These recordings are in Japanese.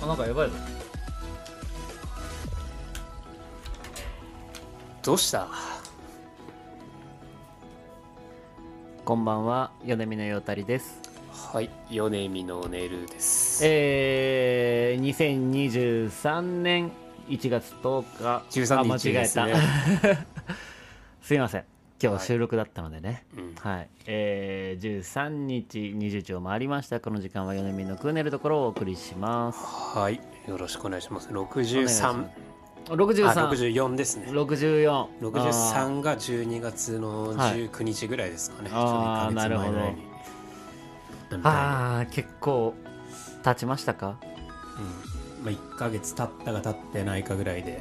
あなんかやばいぞどうしたこんばんは、米見のようたりです。はい米見のネルですえー、2023年1月10日。 13あ間日違でえすねた。 すいません。今日収録だったのでね。うんはい。えー、13日20時を回りました。この時間は米見のクーネルところをお送りします。はいよろしくお願いしますお願63いしあ63。 64ですね64。あー63が12月の19日ぐらいですかね、あーちょうど一ヶ月前ぐらいにうんまあー、結構経ちましたかあ1ヶ月経ったか経ってないかぐらいで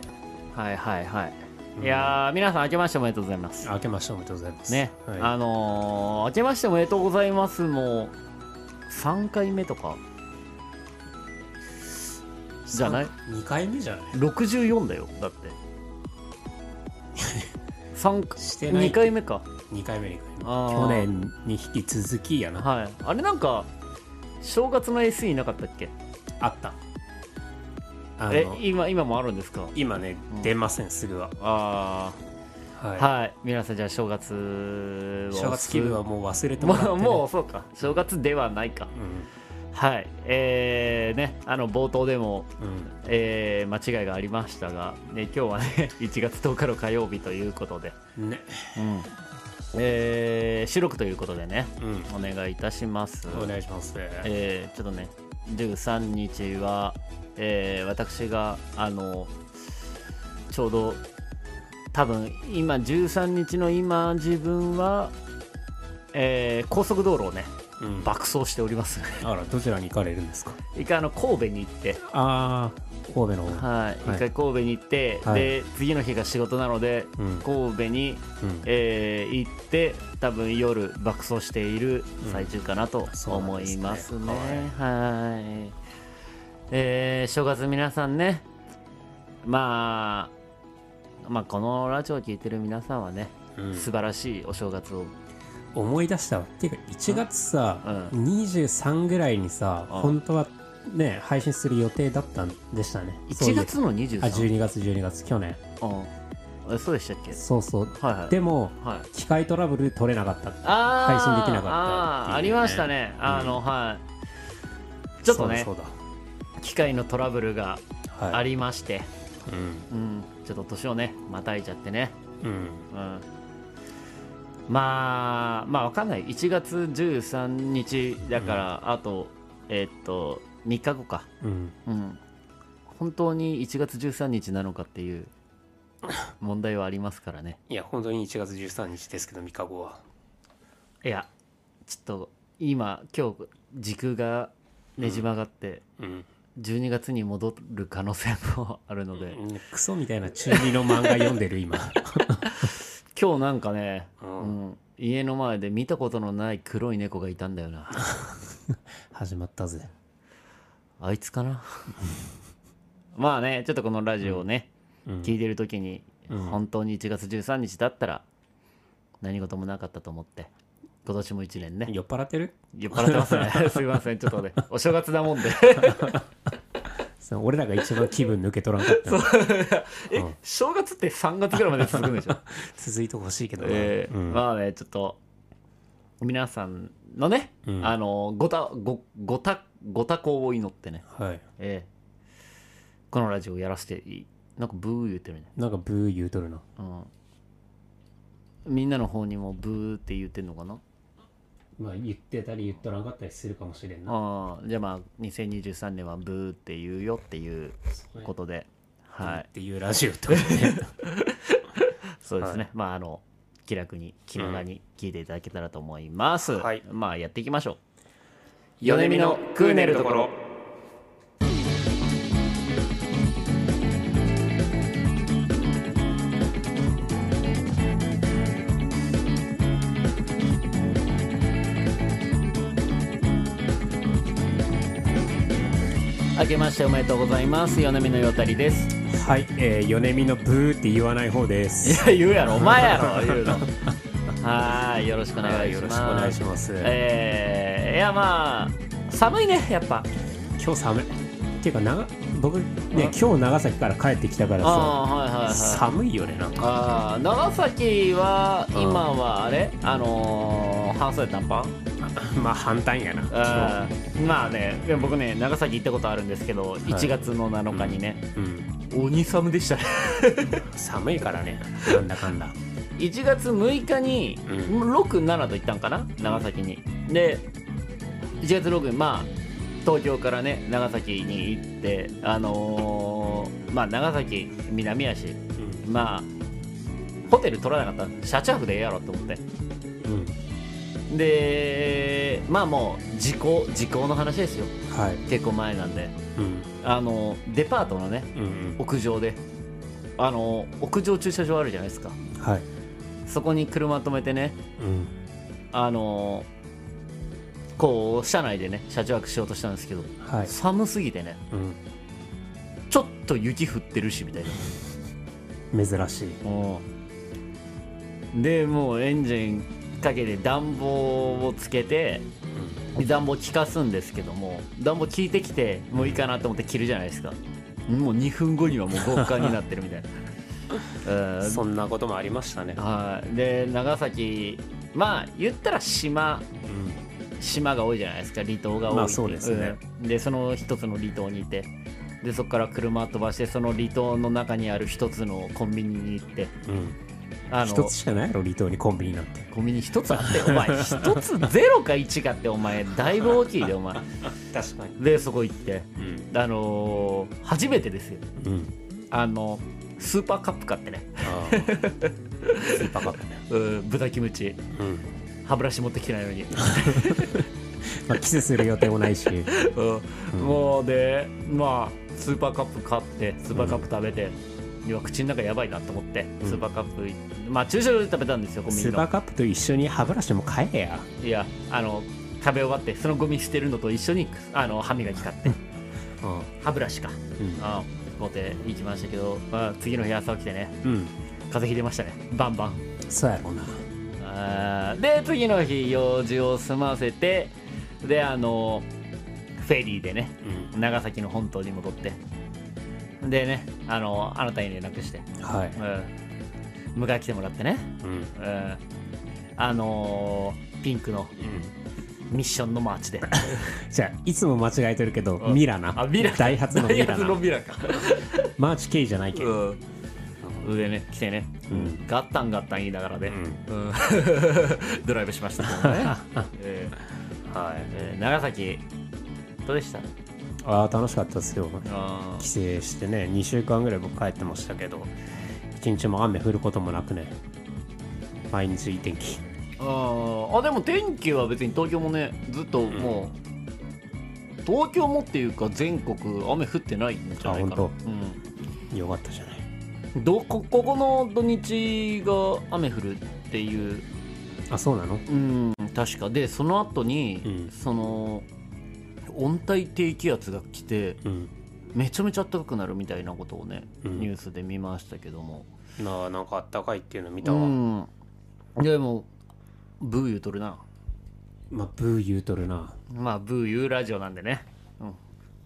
はいはいはい。うんいやー、皆さん明けましておめでとうございます。明けましておめでとうございますね、はい、あのー、明けましておめでとうございますも3回目とかじゃない2回目じゃない64だよだっ て3してない2回目か2回目にあー去年に引き続きやな、はいあれなんか正月の SE なかったっけあったあえの今今もあるんですか今ね、うん出ませんすぐはあはあい、はい、皆さんじゃあ正月を正月気 分はもう忘れてもらって、もうね、もうそうか正月ではないかはいえー、ねあの冒頭でもうん、うんえー間違いがありましたが、ね、今日はね 1月10日の火曜日ということで、ね、うんえー収録ということでねうん、お願いいたします、お願いします。えーちょっとね13日は、えー私があのちょうど多分今13日の今自分は、えー高速道路をねうん、爆走しております あら、どちらに行かれるんですか一回あの神戸に行ってああ、神戸の方。はい、はい一回神戸に行って、はいで次の日が仕事なので、うん神戸に、うんえー行って多分夜爆走している最中かなとそうなん思ですいねますね,、はいえー正月皆さんねまあまあこのラジオを聞いてる皆さんはね、うん素晴らしいお正月を思い出したわ。っていうか、1月さ、う23ぐらいにさ、うん本当はね、配信する予定だったんでしたね。そう1いえば月の23あ、12月、12月、去年。うん、えそうでしたっけそうそう。はいはいでも、はい機械トラブルで撮れなかった。あー配信できなかったっていうねあーありましたねあの、はいちょっとねそうだそう機械のトラブルがだ。はい。ありまして、うん。うん、ちょっと年をねまたいちゃってね、うん。うん、まあまあわかんない1月13日だから、あとえーっと3日後か、うん。うん、本当に1月13日なのかっていう問題はありますからねいや、本当に1月13日ですけど、三日後は。いやちょっと今今日時空がねじ曲がって、うん。 12月に戻る可能性もあるので、うんクソみたいな中二の漫画読んでる、今。今日なんかね、ううんん家の前で見たことのない黒い猫がいたんだよな始まったぜ。あいつか なまあねちょっとこのラジオをね、うん聞いてる時に、うん本当に1月13日だったら何事もなかったと思って今年も1年ね酔っ払ってる酔っ払ってます ねすいませんちょっとねお正月だもんでそう俺らが一番気分抜け取らんかったな えうん正月って3月ぐらいまで続くんでしょ続いてほしいけどなえーうんまあねちょっと皆さんのね、うんあのごたごごたご多幸を祈ってね、はいえーこのラジオやらせていいなんかブー言ってるね、なんかブー言うとるなうん、みんなの方にもブーって言ってんのかなまあ言ってたり言っとらんかったりするかもしれんなあーじゃあまあ2023年はブーって言うよっていうことではっいていうラジオ とかねそうですね、はいまああの気楽に気ままに聞いていただけたらと思います、はいまあやっていきましょう米見のクーネルところ明けましておめでとうございます米見のよたりですはいえー米見のブーって言わない方ですいや言うやろお前やろ 言うのはーいよろしくおは願いいしよろましすくお願いしますえーいやまあ寒いねやっぱ今日寒いっていうか長僕ねあ今日長崎から帰ってきたからさああはいはいはい寒いよねなんかああ長崎は今はあれあのー、半袖短パン まあ反対やなあーまあねでも僕ね長崎行ったことあるんですけど1月の7日にね、うん鬼寒でしたね寒いからねなんだかんだ1月6日にう67と行ったんかな長崎にで1月6日まあ東京からね長崎に行ってあのーまあ長崎南やしまあホテル取らなかったら車中泊でええやろと思ってうん、うん、でまあもう時効時効の話ですよはい結構前なんでうんあのデパートのねうん屋上であの屋上駐車場あるじゃないですかうんはいそこに車止めてねうんあのこう車内でね車中泊しようとしたんですけど、はい寒すぎてねうちょっと雪降ってるしみたいなん珍しいでもうエンジンかけて暖房をつけて暖房効かすんですけども暖房効いてきてもういいかなと思って切るじゃないですかもう2分後にはもう極寒になってるみたい なうんんなこともありましたねはい、で長崎まあ言ったら島う島が多いじゃないですか離島が多い、まあそうですねうんでその一つの離島にいてでそこから車飛ばしてその離島の中にある一つのコンビニに行ってんうんあ一のつしかないやろ離島にコンビニなんてコンビニ一つあってお前一つゼロか1かってお前だいぶ大きいでお前確かにでそこ行ってうんあのー初めてですようんあのスーパーカップ買って ね、ああスーパーカップねうん、豚キムチうん歯ブラシ持ってきてないのにまあキスする予定もないしうん、もうでまあスーパーカップ買ってスーパーカップ食べて、いや口の中やばいなと思ってうんスーパーカップ、まあ駐車場で食べたんですよゴミスーパーのカップと一緒に歯ブラシも買えやいやあの食べ終わってそのゴミ捨てるのと一緒にあの歯磨き買ってう歯ブラシかんあ持って行きましたけど、まあ、次の日朝起きてねうん風邪ひいてましたねバンバンそうやろうなあーで次の日用事を済ませてであのフェリーでねう長崎の本島に戻ってでねあのあなたに連絡して、んはいうん、迎え来てもらってね、うんうん、あのーピンクのミッションのマーチでじゃあいつも間違えてるけどうんミラなあミラダイハツのミラなビラか、マーチ K じゃないけどうん、でね来てね、うんガッタンガッタン言いながらで、うん ドライブしましたけどね、 えーはいえー長崎どうでした ああ楽しかったですよあ帰省してね2週間ぐらい僕帰ってましたけど一日も雨降ることもなくね毎日いい天気ああでも天気は別に東京もねずっともう、東京もっていうか全国雨降ってないんじゃないかなあ本よかったじゃないうん、どこここの土日が雨降るっていう、あそうなのうん、確かでその後に、うんその温帯低気圧が来てうんめちゃめちゃ暖かくなるみたいなことをね、うんニュースで見ましたけども、なあなんかあったかいっていうの見うん、でもブー言うとるなまあブー言うとるなまあブー言うラジオなんでね、うん、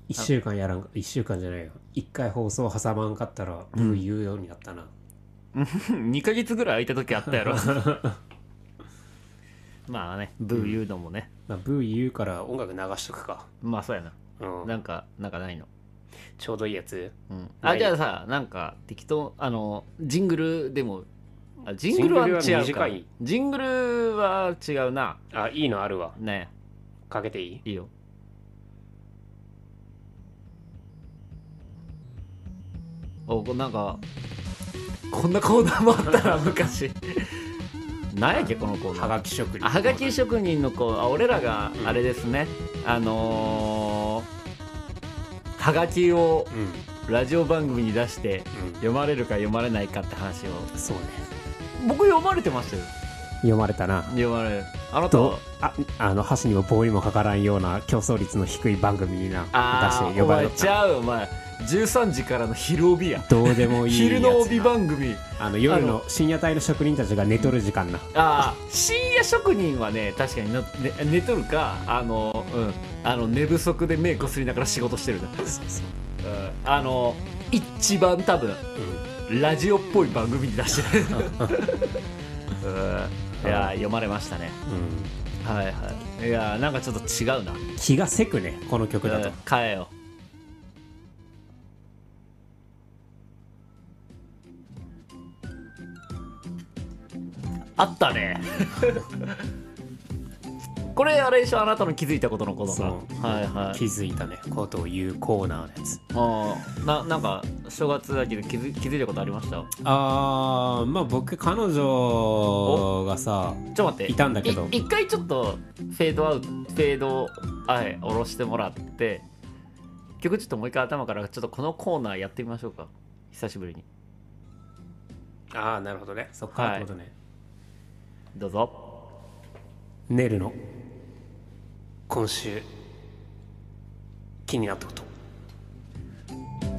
1週間やらんか1週間じゃないよ1回放送挟まんかったらブー言うようになったな、 2ヶ月ぐらい空いた時あったや ろまあねブー言うのもね、まあ、ブー言うから音楽流しとくか、まあそうやなうんなんかなんかないの、ちょうどいいやつうん、なあいじゃあさなんか適当あのジングルでもあジングルは違うジングルはか短いジングルは違うなあいいのあるわねかけていいいいよおこなんかこんなコーナーもあったな 昔なんやっけこのコーナーはがき職人あはがき職人の子あ俺らがあれですね、あのーはがきをうんうんラジオ番組に出して読まれるか読まれないかって話をそうね僕読まれてましたよ読まれたな読まれあなたとああの箸にも棒にもかからんような競争率の低い番組にな出あしあてお呼ば前れとっちたゃうお前13時からの昼帯やどうでもいい昼やつなの帯番組あの夜の深夜帯の職人たちが寝とる時間なああ深夜職人はね確かにの、ね、寝とるかあのうんあの寝不足で目こすりながら仕事してるな、うん、あの一番多分ラジオっぽい番組に出 してる、うん、いやー読まれましたねうんはいはいいやーなんかちょっと違うな気がせくねこの曲だとうん変えようあったね これあれでしょあなたの気づいたことのことそがうはいはい気づいたねことを言うコーナーのやつあーななんか正月だけど気づ気づいたことありましたちょあーまあ僕彼女がさっと待っていたんだけどい一回ちょっとフェードアウトフェードをはい下ろしてもらって曲ちょっともう一回頭からちょっとこのコーナーやってみましょうか久しぶりにああなるほどねそっからってことね、どうぞネルの今週気になったこと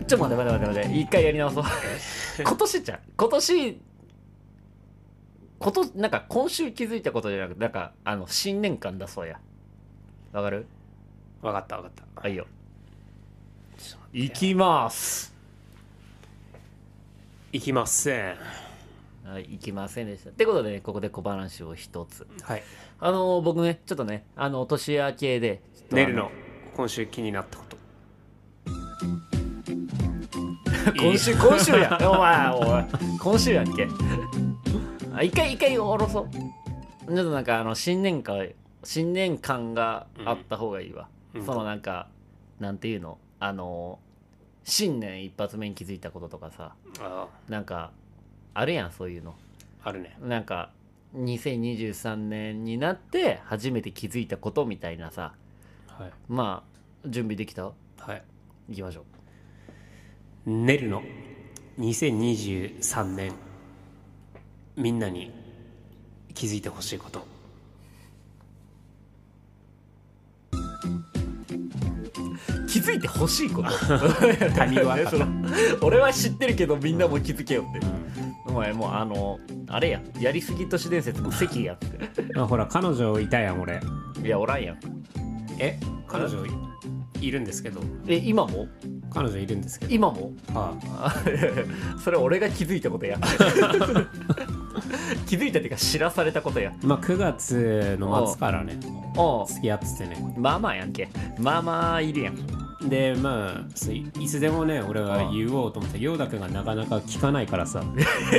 ちょっと待って待って待って待って一回やり直 そう今年じゃん今年ことなんか今週気づいたことじゃなくてなんかあの新年間だそうやわかるわかったわかったはいよ行きますいきませんはい行きませんでしたってことでねここで小話を一つはいあの僕ねちょっとねあの年明けでちょっとあネルの今週気にな ったこと今 週今週やお前おい今週やっけあ一回一回下ろそうちょっとなんかあの新年会新年感があった方がいいわ、うんそのなんかなんていうのあの新年一発目に気づいたこととかさあなんかあるやんそういうのああるねなんか2023年になって初めて気づいたことみたいなさはいまあ準備できたはい行きましょうネルの2023年みんなに気づいてほしいこと気づいてほしいこと 他人はねその俺は知ってるけどみんなも気づけよって、お前もうあのあれややりすぎ都市伝説の席やっあほら彼女いたやん俺ていやおらんやんえ彼女いいるんですけどえ今も彼女いるんですけど今もはあいやいや それ俺が気づいたことや 気づいたっていうか知らされたことやいまあ9月の末からねおう付き合っててねまあまあやんけまあまあいるやんでまあそういいつでもね俺は言おうと思って陽太君がなかなか聞かないから さ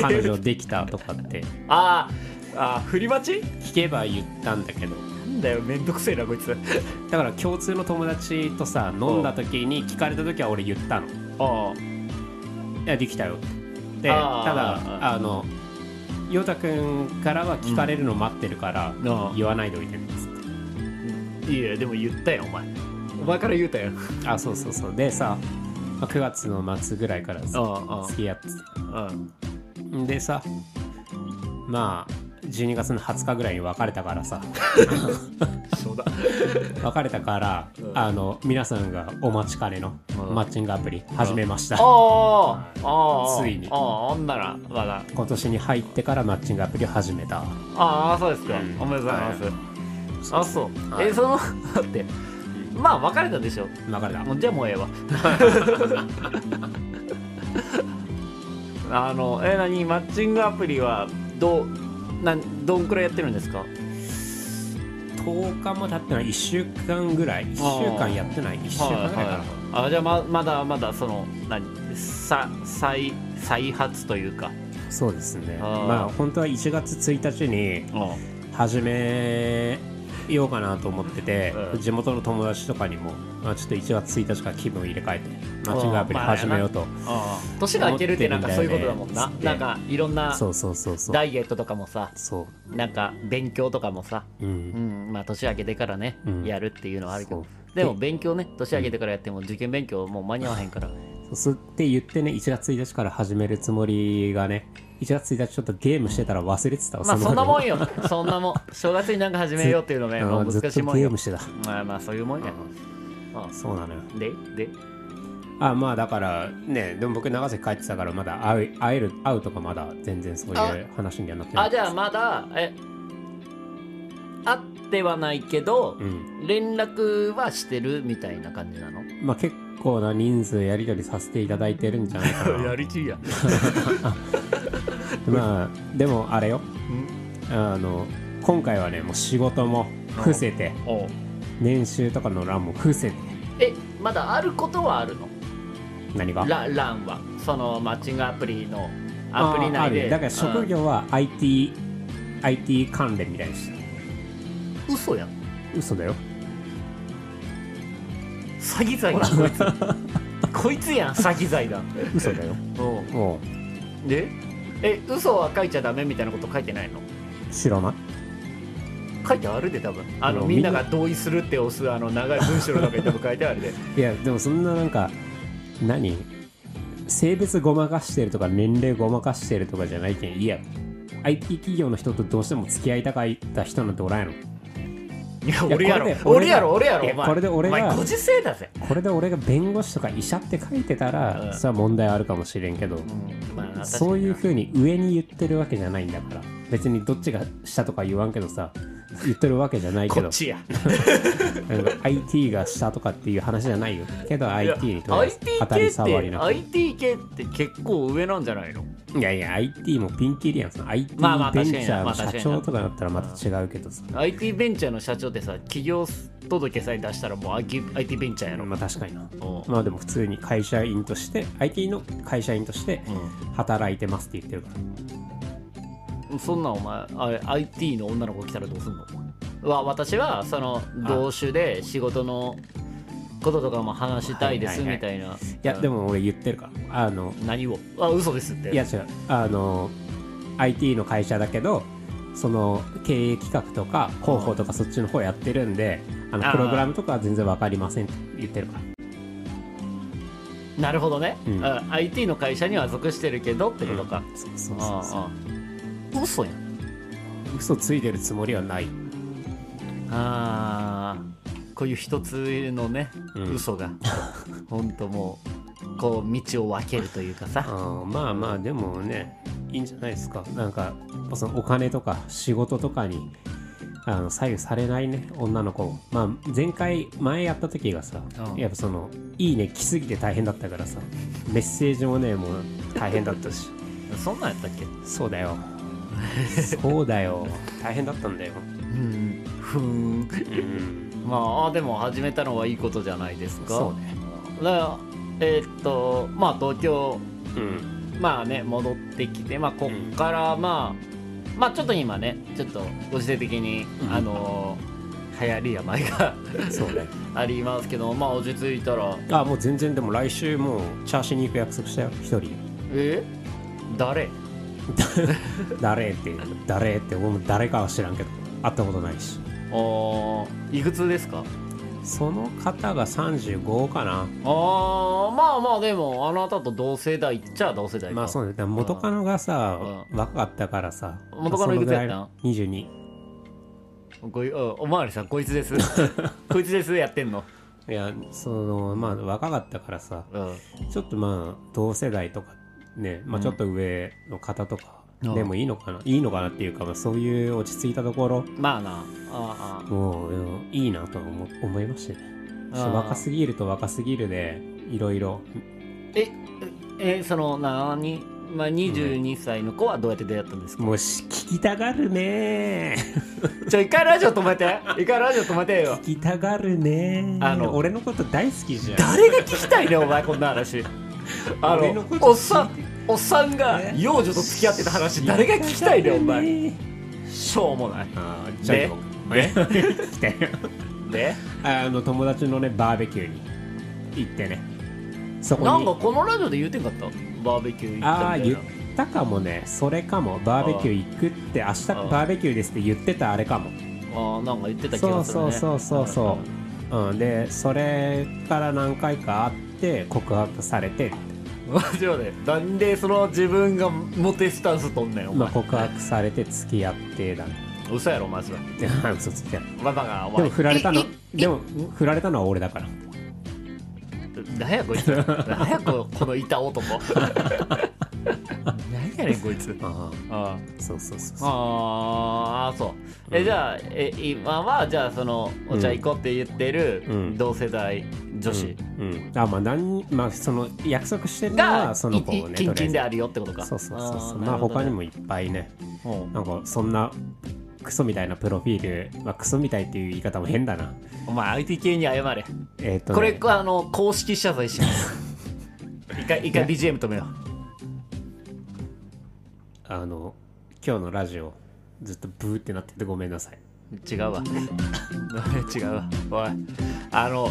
彼女できたとかってあーあー振り待ち聞けば言ったんだけどなんだよめんどくせえなこいつだから共通の友達とさ飲んだ時に聞かれた時は俺言ったの「いあやできたよ」ってでたあーだあの陽太君からは聞かれるの待ってるからあ言わないでおいてっつっていやでも言ったよお前お前から言うたよあそうそうそうでさまあ9月の末ぐらいからさああ付き合ってうんてでさまあ12月の20日ぐらいに別れたから さそうだ別れたから、うんあの皆さんがお待ちかねのうんマッチングアプリ始めました、あああ あついにあああんならまだ今年に入ってからマッチングアプリを始めたああそうですか、うんおめでとうございます、あそう、はいえその 待ってまあ別れたでしょ別れたもうじゃあもうええわ あのえ何マッチングアプリはどうなんどんくらいやってるんですか10日も経ってない1週間ぐらい1週間やってない1週間ぐらいかはいはいあじゃあままだまだその何さ再再発というかなそうですねあーまあ本当は1月1日に始めようかなと思ってて、うん地元の友達とかにも、まあ、ちょっと1月1日から気分入れ替えてマッチングアプリ始めようと、年が明けるってなんかそういうことだもんな思ってるなんんだよねかいろんなそうそうそうそうダイエットとかもさそなんか勉強とかもさ、うううんん、まあ年明けてからね、うんやるっていうのはあるけそどうでも勉強ね年明けてからやっても受験勉強もう間に合わへんからそうって言ってね1月1日から始めるつもりがね1月1日ちょっとゲームしてたら忘れてたわ、まあそんなもんよよそんなもん 正月になんか始めようっていうのねもうずっ難としいもんゲーよムしてたまあまあそういうもんやあそうなのよでであまあだからねでも僕長崎帰ってたからまだ会う会える会うとかまだ全然そういう話にはなってないあじゃあまだえ会ってはないけどうん連絡はしてるみたいな感じなのまあ結構な人数やり取りさせていただいてるんじゃないかなりちい やまあでもあれよあの今回はねもう仕事も伏せておう年収とかの欄も伏せてえまだあることはあるの何がラランはそのマッチングアプリのアプリああ内るでよだから職業は IT、IT 関連みたいにしてうん嘘やん嘘だよ詐欺罪だ こいつこいつやん詐欺罪だ嘘だよおうもでえ嘘は書いちゃダメみたいなこと書いてないのう知らない書いてあるで多分あのうんみんなが同意するって押すあの長い文章の中に多分書いてあ るでいやでもそんななんか何性別ごまかしてるとか年齢ごまかしてるとかじゃないけんいや IT 企業の人とどうしても付き合いたかった人なんておらんやろいやいや俺やろこれで俺やろ俺やろいやお前これで俺がお前ご時世だぜ、これで俺が弁護士とか医者って書いてたら、うんそれは問題あるかもしれんけど、まあ確かになそういうふうに上に言ってるわけじゃないんだから別にどっちが下とか言わんけどさ言ってるわけじゃないけこどっちやなんか IT が下とかっていう話じゃないよけど IT にとりあえず IT 当た系りっ障りてなく IT 系って結構上なんじゃないのいやいや IT もピンキリやんその IT ベンチまあまあ確かにャーまのあ社確かに長とかだったらまた違うけどさ IT ベンチャーの社長ってさ企業届さえ出したらもう IT, ベンチャーやろ、まあ確かになおうまあでも普通に会社員として IT の会社員としてう働いてますって言ってるからんそんなんお前あれ IT の女の子来たらどうすんのわ私はその同種で仕事のこととかも話したいですはいはみいはたいな、いいやでも俺言ってるからあの何をあ嘘ですっていや違うあの IT の会社だけどその経営企画とか広報とかそっちの方やってるんでああのープログラムとかは全然わかりませんって言ってるからなるほどね、うんあ IT の会社には属してるけどってことか、そうそあうそうそああ嘘やんう嘘ついてるつもりはないあーこういう一つのね、うん嘘 がほんともうこう道を分けるというかさあーまあまあでもねいいんじゃないですかなんかそのお金とか仕事とかにあの左右されないね女の子をまあ前回前やった時がさ、うんやっぱその「いいね」来すぎて大変だったからさメッセージもねもう大変だったし そんなんやったっけそうだよそうだよ大変だったんだようんふーんうんまああーでも始めたのはいいことじゃないですかそうねだからえーっとまあ東京うんまあね戻ってきてまあこっからまあ、まあちょっと今ねちょっとご時世的に、うんあのー流行り病が そうねありますけどまあ落ち着いたらあもう全然でも来週もうチャーシーに行く約束したよ一人え誰誰って誰って俺も誰かは知らんけど会ったことないしおいくつですかその方が35かなあーまあまあでもあなたと同世代っちゃ同世代かまあそうねだから元カノがさう若かったからさ元カノいくつやったんまあそのぐらい22ごいおおまわりさんこいつです こいつですやってんの、いやそのまあ若かったからさうん、ちょっとまあ同世代とかねまうあんちょっと上の方とかうんでもいいのかないいのかなっていうかまあそういう落ち着いたところまあなあもううんいいなと思思いましたねあああ若すぎると若すぎるでいろいろえええそのなに、まあ、22歳の子はどうやって出会ったんですか、もうし聞きたがるねちょ一回ラジオ止めて 一回ラジオ止めてよ聞きたがるねあの俺のこと大好きじゃん誰が聞きたいねお前こんな話あ俺ののことおっさんおっさんがえ幼女と付き合ってた話誰が聞きたいねお前しょうもないあーじゃあ行こね来たよであの友達のねバーベキューに行ってねそこになんかこのラジオで言うてんかったバーベキュー行ったああみたい言なったかもねそれかもバーベキュー行くって明日あーバーベキューですって言ってたあれかもああなんか言ってた気そがうするそねうそうそうそう、うん、でそれから何回か会って告白されてうマジでなんでその自分がモテスタンスとんねんおまあ、前、告白されて付き合ってだね嘘やろマジで嘘つきやババがお でも前振られたのでも振られたのは俺だから何やこいつ何やここの板男何やねんこいつあああそうそうそうそうああそううえんじゃあえ今はじゃあそのお茶行こうって言ってうるん同世代女子うん、うんあまあ何まあその約束してるのがはその子をねキンキンでああるよってことえかずそうそうそうそうーまあ他になるもいっぱいねほどねなんかそんなクソみたいなプロフィール、まあ、クソみたいっていう言い方も変だなうんお前 IT 系に謝れえっ、と、ね、これあの公式謝罪します 一回一回 BGM 止めようあの今日のラジオずっとブーってなっててごめんなさい違うわ 違うわおいあの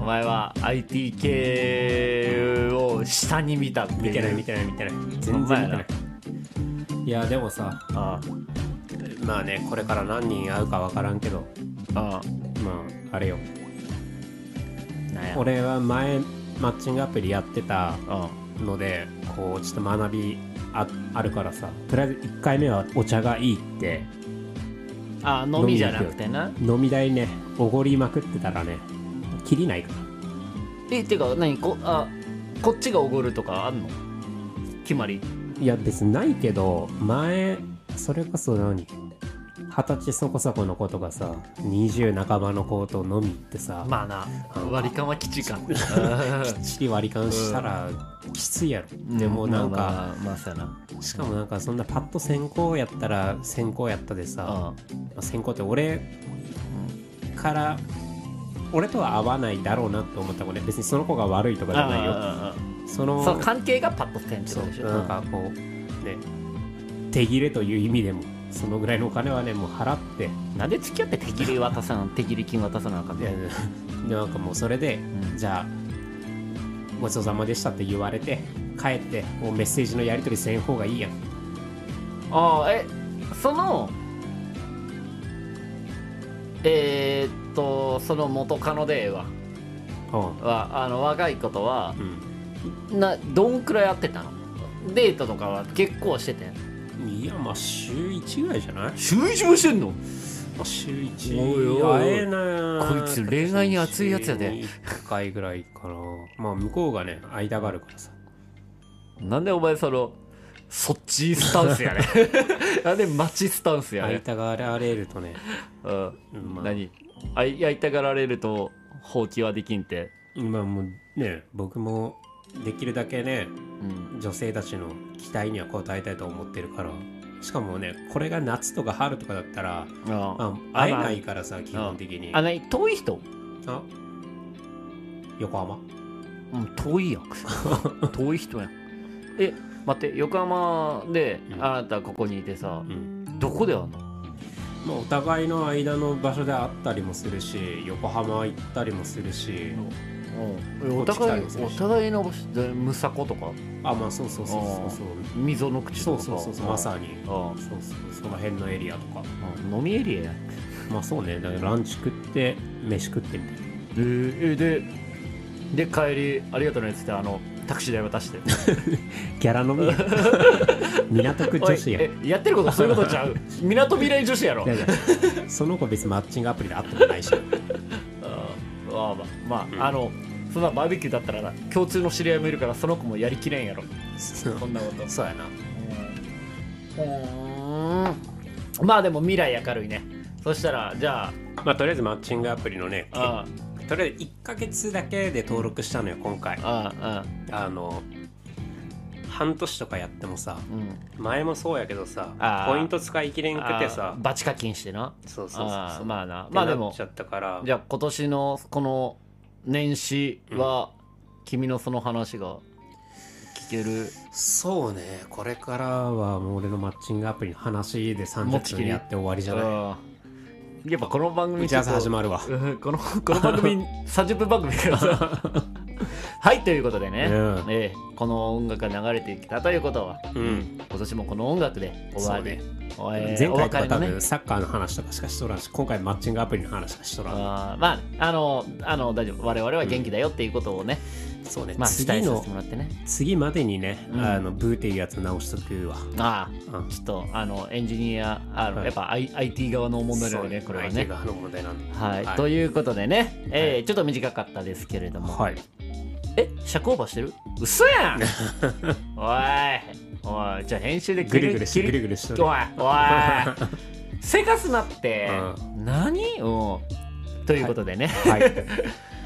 お前は IT 系を下に見たっていう見てない見てない見てない全然ほん見まてやなないいやでもさあまあねこれから何人会うか分からんけどああまああれよあなんや俺は前マッチングアプリやってたあのでこうちょっと学びああるからさとりあえず1回目はお茶がいいってああ飲みじゃなくてな飲み代ねおごりまくってたらね切りないからえてか何こあこっちがおごるとかあんの決まりいや別にないけど前それこそ何二十歳そこそこの子とかさ20半ばの子と飲み行ってさ、まあなうん割り勘はきちいかきっちり割り勘したらきついやろ、 でもなんか、まあまあまあそうやなしかもなんかそんなパッと先行やったら先行やったでさ、あまあ先行って俺から俺とは合わないだろうなって思った子ね別にその子が悪いとかじゃないよあそあのそう関係がパッとせんってそこうとでしょなんかこうね手切れという意味でもそのぐらいのお金はねもう払ってうんなんで付き合って手切り渡さな手切り金渡さなあかんいのやでなんかもうそれで、んじゃあごちそうさまでしたって言われて帰ってもうメッセージのやり取りせん方がいいやんああえそのえーっとその元カノではうんはあの若い子とはうんなどんくらいやってたのデートとかは結構してていやまあ週1ぐらいじゃない週一もしてんの週おいおいお1い会えないこいつ恋愛に熱いやつやで1回ぐらいかなまあ向こうがね間があるからさなんでお前その そっちスタンスやね なんでマチスタンスやね、間があれるとね、うんまあ、何あいやりたがられると放棄はできんって、今もうね僕もできるだけねうん、女性たちの期待には応えたいと思ってるからしかもねこれが夏とか春とかだったら、あまあ、会えないからさ基本的にあ何遠い人、あ横浜うん、遠 いやん遠い人やんえ待って横浜でうんあなたここにいてさうんどこで会うのまあ、お互いの間の場所で会ったりもするし横浜行ったりもするし、お互いこおっち来たりもするし互いの場所でむさことかあまあそうそうそうそう溝の口そとうかそうそうそうそうまさにあそうそうその辺のエリアとかあ飲みエリアやんまあそうねだからランチ食って飯食ってみたいえーえでで帰りありがとうねっつってあのタクシー代渡してなギャラ飲みや 港区 女子やおいえやってることそういうことちゃう 港未来女子やろだからその子別にマッチングアプリで会ってもないしああまあまあ、まあうんあのそんなバーベキューだったらな共通の知り合いもいるからその子もやりきれんやろそうこんなことそうやなうんまあでも未来明るいねそしたらじゃまあとりあえずマッチングアプリのねああとりあえず1ヶ月だけで登録したのよ今回あああの半年とかやってもさうん前もそうやけどさあーポイント使い切れんくてさあバチ課金してなそうそうそうあそあうまあなってまあでもなっちゃったからじゃあ今年のこの年始は君のその話が聞けるそうねこれからはもう俺のマッチングアプリの話で持ち30き分りやって終わりじゃないうんやっぱこの番組打ち合わせ始ままる わこのこの番 組30分番組からさはいということでね、うんええこの音楽が流れてきたということはうん今年もこの音楽で終わそうり、ねおえ前ー回おと別かれの多ね分サッカーの話とかしかしとらんし今回マッチングアプリの話しかしとらんあーまああのあの大丈夫我々は元気だよっていうことをね、そうね、まあ期次待させのてもらってね次までにね、うんあのブーっていうやつ直しとくわ、あうあんちょっとあのエンジニアあの、はいやっぱ I- IT 側の問題だよねそうこれは IT ね側の問題なんではい、はいということでね、えーはちょっと短かったですけれども、はいえ社交場してる嘘や んおいおいじゃあ編集でぐるぐるし切ぐりるぐるしとおいるおい せかすなって、何うんということでね、はい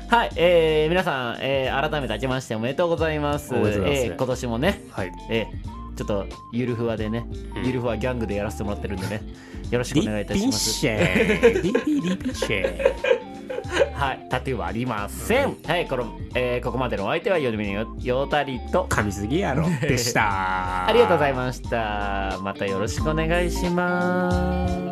はい、えー皆さん、えー改めて明けましておめでとうございます。おめでとうございますえー今年もね、はいえーちょっとゆるふわでね、うんゆるふわギャングでやらせてもらってるんでね、よろしくお願いいたします。リッピンシェーリッピリピシェはい、タトゥーはありません。はい、この、えーここまでのお相手はよりみのよたりと、噛みすぎやろでしたありがとうございました。またよろしくお願いします。